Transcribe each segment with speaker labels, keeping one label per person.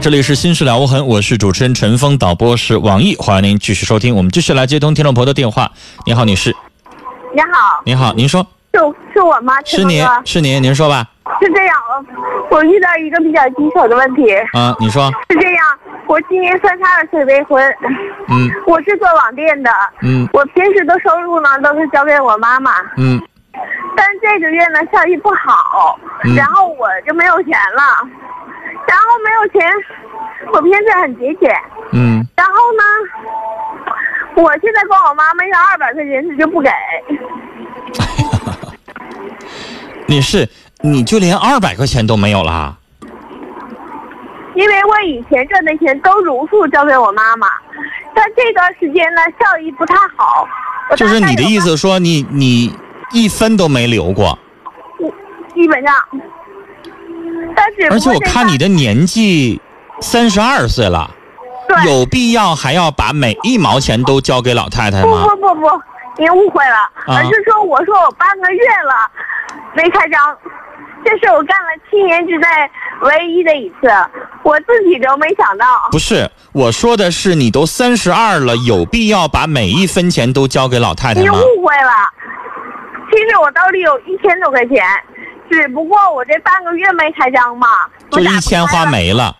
Speaker 1: 这里是《新事了无痕》，我是主持人陈峰，导播是王毅，欢迎您继续收听。我们继续来接通听众朋友的电话。你好，女士，
Speaker 2: 你好，
Speaker 1: 你好，您说
Speaker 2: 是是我吗？
Speaker 1: 是
Speaker 2: 陈峰
Speaker 1: 您
Speaker 2: 哥
Speaker 1: 是您，您说吧。
Speaker 2: 是这样，呃我遇到一个比较棘手的问题，
Speaker 1: 啊，你说，
Speaker 2: 是这样，我今年三十二岁未婚，
Speaker 1: 嗯
Speaker 2: 我是做网店的，
Speaker 1: 嗯
Speaker 2: 我平时的收入呢都是交给我妈妈，
Speaker 1: 嗯
Speaker 2: 但是这个月呢效益不好
Speaker 1: 嗯，
Speaker 2: 然后我就没有钱了，然后没有钱，我平时很节俭，
Speaker 1: 嗯
Speaker 2: 然后呢，我现在管我妈妈要二百块钱，她就不给，
Speaker 1: 女士，你就连二百块钱都没有啦？
Speaker 2: 因为我以前赚的钱都如数交给我妈妈，但这段时间呢效益不太好。我大
Speaker 1: 就
Speaker 2: 概
Speaker 1: 是你的
Speaker 2: 有
Speaker 1: 意
Speaker 2: 花，
Speaker 1: 思说你你一分都没留过，
Speaker 2: 基本上。但是
Speaker 1: 而且我看你的年纪三十二岁了，
Speaker 2: 对
Speaker 1: 有必要还要把每一毛钱都交给老太太
Speaker 2: 不
Speaker 1: 吗？
Speaker 2: 不不不，您误会了，
Speaker 1: 啊
Speaker 2: 而是说我说我半个月了没开张，这是我干了七年之内唯一的一次，我自己都没想到。
Speaker 1: 不是，我说的是你都三十二了，有必要把每一分钱都交给老太太
Speaker 2: 您
Speaker 1: 吗？
Speaker 2: 误会了，其实我兜里有一千多块钱，只不过我这半个月没开张嘛，我
Speaker 1: 就
Speaker 2: 打
Speaker 1: 一
Speaker 2: 不
Speaker 1: 千
Speaker 2: 开
Speaker 1: 花
Speaker 2: 了
Speaker 1: 没了。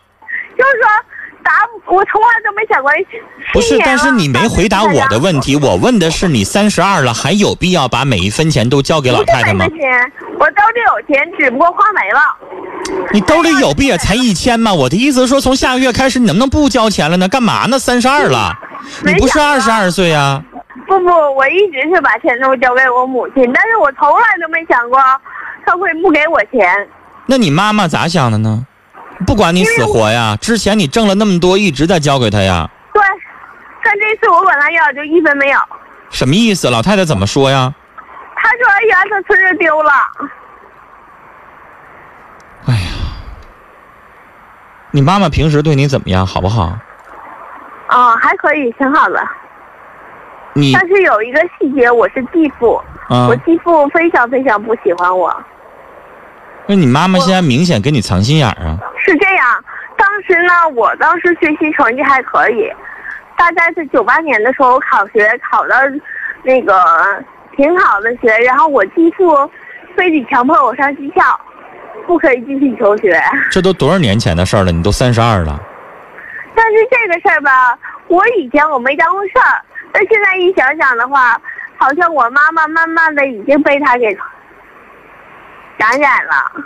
Speaker 2: 就是说打不我从来都没想过。
Speaker 1: 不
Speaker 2: 七
Speaker 1: 是，
Speaker 2: 年
Speaker 1: 但是
Speaker 2: 了
Speaker 1: 你没回答我的问题，我问的是你三十二了，还有必要把每一分钱都交给老太太吗
Speaker 2: 不？是没钱，我兜里有钱，只不过花没了。
Speaker 1: 你兜里有不也才一千吗？我的意思是说，从下个月开始，你能不能不交钱了呢？干嘛呢？三十二了，你
Speaker 2: 没
Speaker 1: 不是
Speaker 2: 想
Speaker 1: 二十二岁啊？
Speaker 2: 不不，我一直是把钱都交给我母亲，但是我从来都没想过她会不给我钱。
Speaker 1: 那你妈妈咋想的呢？不管你死活呀，之前你挣了那么多，一直在交给她呀，
Speaker 2: 对，但这次我管她要就一分没有。
Speaker 1: 什么意思？老太太怎么说呀？
Speaker 2: 她说：“哎呀，她村儿丢了。
Speaker 1: 哎呀，你妈妈平时对你怎么样？好不好？”
Speaker 2: 嗯，还可以，挺好的。
Speaker 1: 你
Speaker 2: 但是有一个细节，我是继父，
Speaker 1: 啊
Speaker 2: 我，继父非常非常不喜欢我。
Speaker 1: 那你妈妈现在明显跟你藏心眼儿啊。
Speaker 2: 是这样，当时呢，我当时学习成绩还可以，大概是九八年的时候考学考到那个挺好的学，然后我继父非得强迫我上技校，不可以继续求学。
Speaker 1: 这都多少年前的事儿了？你都三十二了，
Speaker 2: 但是这个事儿吧，我以前我没当回事儿，但现在一想想的话，好像我妈妈慢慢的已经被他给 感染了。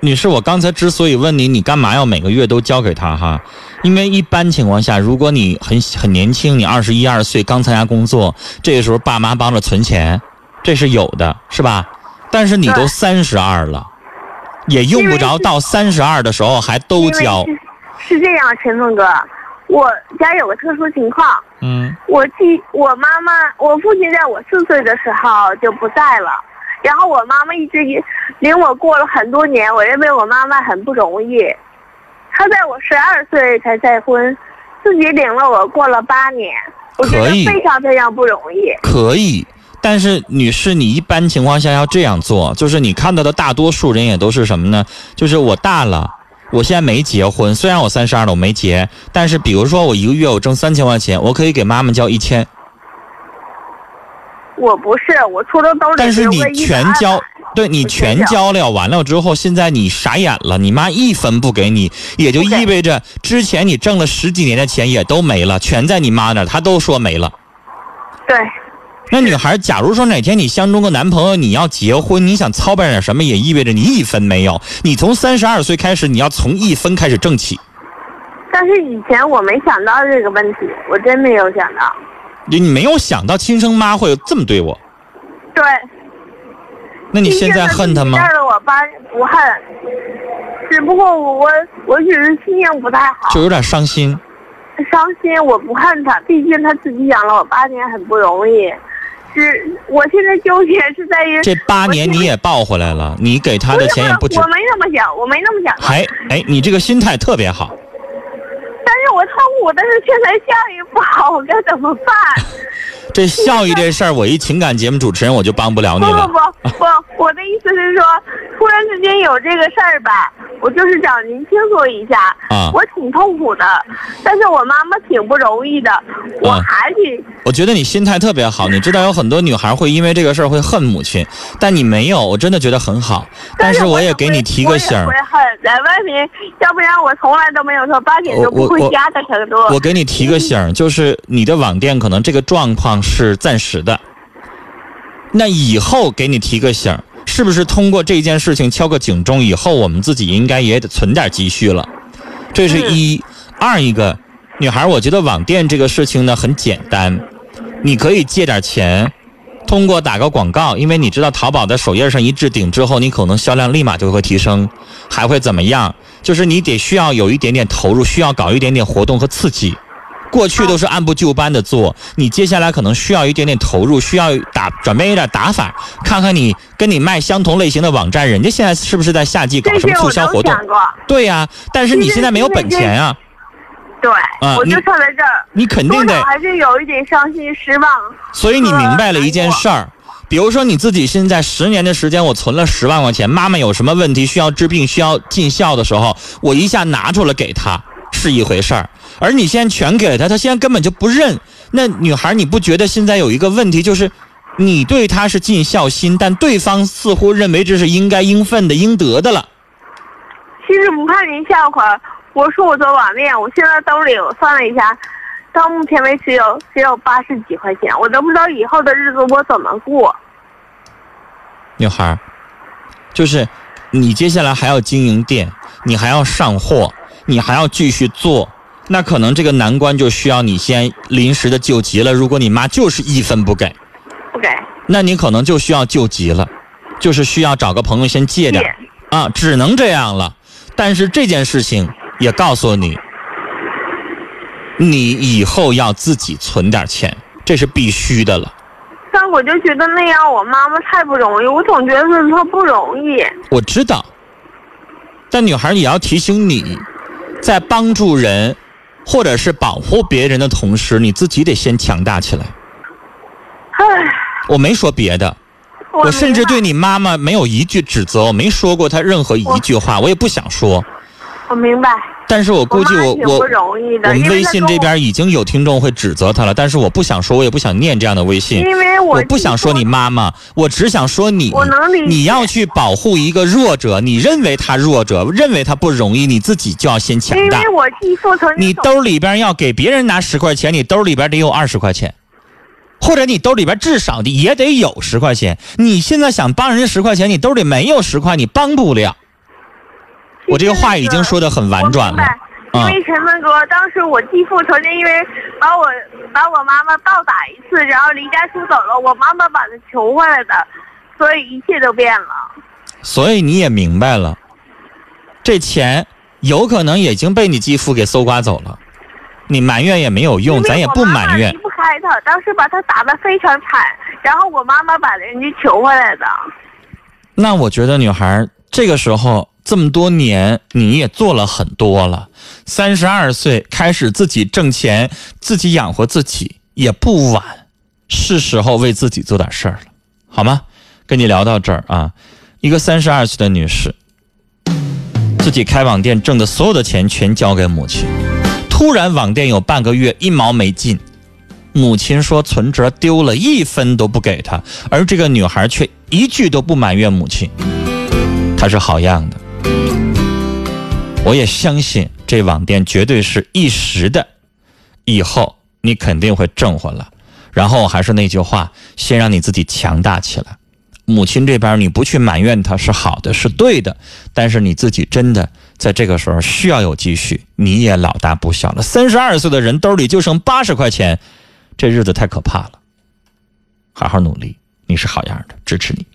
Speaker 1: 女士，我刚才之所以问你，你干嘛要每个月都交给她哈？因为一般情况下，如果你很很年轻，你二十一二岁刚参加工作，这个时候爸妈帮着存钱，这是有的，是吧？但是你都
Speaker 2: 对
Speaker 1: 三十二了，也用不着到三十二的时候还都
Speaker 2: 因为
Speaker 1: 交。
Speaker 2: 是是这样，陈峰哥，我家有个特殊情况。
Speaker 1: 嗯
Speaker 2: 我记我妈妈，我父亲在我四岁的时候就不在了，然后我妈妈一直也领我过了很多年，我认为我妈妈很不容易，她在我十二岁才再婚，自己领了我过了八年，我觉得
Speaker 1: 可以
Speaker 2: 非常非常不容易。
Speaker 1: 可以，但是女士，你一般情况下要这样做，就是你看到的大多数人也都是什么呢？就是我大了。我现在没结婚，虽然我三十二了，我没结，但是比如说我一个月我挣三千块钱，我可以给妈妈交一千，
Speaker 2: 我不是，我初中兜里
Speaker 1: 但是
Speaker 2: 留
Speaker 1: 你
Speaker 2: 个一百
Speaker 1: 全
Speaker 2: 二
Speaker 1: 交，对你
Speaker 2: 我全
Speaker 1: 全交
Speaker 2: 交
Speaker 1: 了，完了之后，现在你傻眼了，你妈一分不给你，也就
Speaker 2: 不给
Speaker 1: 意味着之前你挣了十几年的钱也都没了，全在你妈那儿，她都说没了。
Speaker 2: 对，
Speaker 1: 那女孩，假如说哪天你相中个男朋友，你要结婚，你想操办点什么，也意味着你一分没有。你从三十二岁开始，你要从一分开始挣起。
Speaker 2: 但是以前我没想到这个问题，我真没有想到。
Speaker 1: 你你没有想到亲生妈会这么对我，
Speaker 2: 对，
Speaker 1: 那你现在恨她吗
Speaker 2: 这？了我爸不恨，只不过我我我只是心情不太好，
Speaker 1: 就有点伤心。
Speaker 2: 伤心。我不恨他，毕竟他自己养了我八年，很不容易。只我现在纠结是在于
Speaker 1: 这八年你也抱回来了，你给她的钱也不
Speaker 2: 不
Speaker 1: 止
Speaker 2: 是。我没那么想，我没那么想，
Speaker 1: 还哎，你这个心态特别好。
Speaker 2: 但是我痛苦，但是现在教育不好，我该怎么办？
Speaker 1: 这教育这事儿，我一情感节目主持人我就帮不了
Speaker 2: 不
Speaker 1: 你了。
Speaker 2: 不不不，我的意思是说，突然之间有这个事儿吧，我就是找您倾诉一下。
Speaker 1: 啊
Speaker 2: 我挺痛苦的，但是我妈妈挺不容易的，我
Speaker 1: 啊
Speaker 2: 还得、
Speaker 1: 我觉得你心态特别好，你知道有很多女孩会因为这个事儿会恨母亲，但你没有，我真的觉得很好。但是
Speaker 2: 我
Speaker 1: 我也给你提个醒儿
Speaker 2: 我，也会很在外面，要不然我从来都没有说八点
Speaker 1: 我
Speaker 2: 就不
Speaker 1: 我
Speaker 2: 回
Speaker 1: 我
Speaker 2: 家的程度。
Speaker 1: 我给你提个醒儿，就是你的网店可能这个状况是暂时的，那以后给你提个醒儿，是不是通过这件事情敲个警钟？以后我们自己应该也得存点积蓄了，这是一。二一个，女孩儿，我觉得网店这个事情呢很简单，你可以借点钱。通过打个广告，因为你知道淘宝的首页上一置顶之后，你可能销量立马就会提升，还会怎么样？就是你得需要有一点点投入，需要搞一点点活动和刺激。过去都是按部就班的做，你接下来可能需要一点点投入，需要打转变一点打法，看看你跟你卖相同类型的网站，人家现在是不是在夏季搞
Speaker 2: 这
Speaker 1: 什么
Speaker 2: 些
Speaker 1: 促销
Speaker 2: 我
Speaker 1: 活
Speaker 2: 都
Speaker 1: 动？
Speaker 2: 想过，
Speaker 1: 对呀、但是你现在没有本钱啊，
Speaker 2: 对，
Speaker 1: 啊
Speaker 2: 我
Speaker 1: 你
Speaker 2: 就坐在这儿，
Speaker 1: 你肯定
Speaker 2: 多
Speaker 1: 得
Speaker 2: 少还是有一点伤心失望。啊
Speaker 1: 所以你明白了一件事儿，比如说你自己现在十年的时间，我存了十万块钱，妈妈有什么问题需要治病、需要尽孝的时候，我一下拿出来给她是一回事儿，而你现在全给了她，她现在根本就不认。那女孩，你不觉得现在有一个问题就是？你对她是尽孝心，但对方似乎认为这是应该、应分的、应得的了。
Speaker 2: 其实不怕您笑话，我说我做网店，我现在兜里我算了一下，到目前为止有只有八十几块钱，我都不知道以后的日子我怎么过。
Speaker 1: 女孩儿，就是你接下来还要经营店，你还要上货，你还要继续做，那可能这个难关就需要你先临时的救急了。如果你妈就是一分不给，
Speaker 2: 不给
Speaker 1: 那你可能就需要救急了，就是需要找个朋友先借点
Speaker 2: 借
Speaker 1: 儿，啊，只能这样了。但是这件事情也告诉你，你以后要自己存点钱，这是必须的了。
Speaker 2: 但我就觉得那样我妈妈太不容易，我总觉得她不容易。
Speaker 1: 我知道，但女孩也要提醒你，在帮助人或者是保护别人的同时，你自己得先强大起来。
Speaker 2: 唉，
Speaker 1: 我没说别的，
Speaker 2: 我
Speaker 1: 我甚至
Speaker 2: 明白
Speaker 1: 对你妈妈没有一句指责，我没说过她任何一句话，我也不想说。
Speaker 2: 我明白，
Speaker 1: 但是我估计我
Speaker 2: 我妈挺
Speaker 1: 我
Speaker 2: 不容易
Speaker 1: 我
Speaker 2: 的，因
Speaker 1: 们
Speaker 2: 为
Speaker 1: 微
Speaker 2: 她
Speaker 1: 信
Speaker 2: 跟
Speaker 1: 这
Speaker 2: 我，
Speaker 1: 边已经有听众会指责她了，但是我不想说，我也不想念这样的微信。
Speaker 2: 因为我
Speaker 1: 我不想说你妈妈，我只想说你
Speaker 2: 我能理解。
Speaker 1: 你要去保护一个弱者，你认为他弱者，认为他不容易，你自己就要先强
Speaker 2: 因
Speaker 1: 大
Speaker 2: 为。我继父曾经
Speaker 1: 你兜里边要给别人拿十块钱，你兜里边得有二十块钱，或者你兜里边至少的也得有十块钱。你现在想帮人家十块钱，你兜里没有十块，你帮不了。我这个话已经说的很婉转了。
Speaker 2: 我明
Speaker 1: 啊
Speaker 2: 白因为陈文哥，当时我继父曾经因为把我把我妈妈暴打一次，然后离家出走了，我妈妈把他求回来的，所以一切都变了。
Speaker 1: 所以你也明白了，这钱有可能已经被你继父给搜刮走了，你埋怨也没有用，
Speaker 2: 因为
Speaker 1: 咱也不
Speaker 2: 我妈
Speaker 1: 埋
Speaker 2: 妈
Speaker 1: 怨
Speaker 2: 离。不开他，当时把他打得非常惨，然后我妈妈把人家求回来的。
Speaker 1: 那我觉得女孩儿这个时候这么多年，你也做了很多了。三十二岁开始自己挣钱，自己养活自己也不晚，是时候为自己做点事儿了，好吗？跟你聊到这儿啊，一个三十二岁的女士，自己开网店挣的所有的钱全交给母亲，突然网店有半个月一毛没进，母亲说存折丢了，一分都不给她，而这个女孩却一句都不埋怨母亲，她是好样的。我也相信这网店绝对是一时的，以后你肯定会挣回来。然后我还是那句话，先让你自己强大起来。母亲这边你不去埋怨她是好的，是对的，但是你自己真的在这个时候需要有积蓄，你也老大不小了。三十二岁的人兜里就剩八十块钱，这日子太可怕了。好好努力，你是好样的，支持你。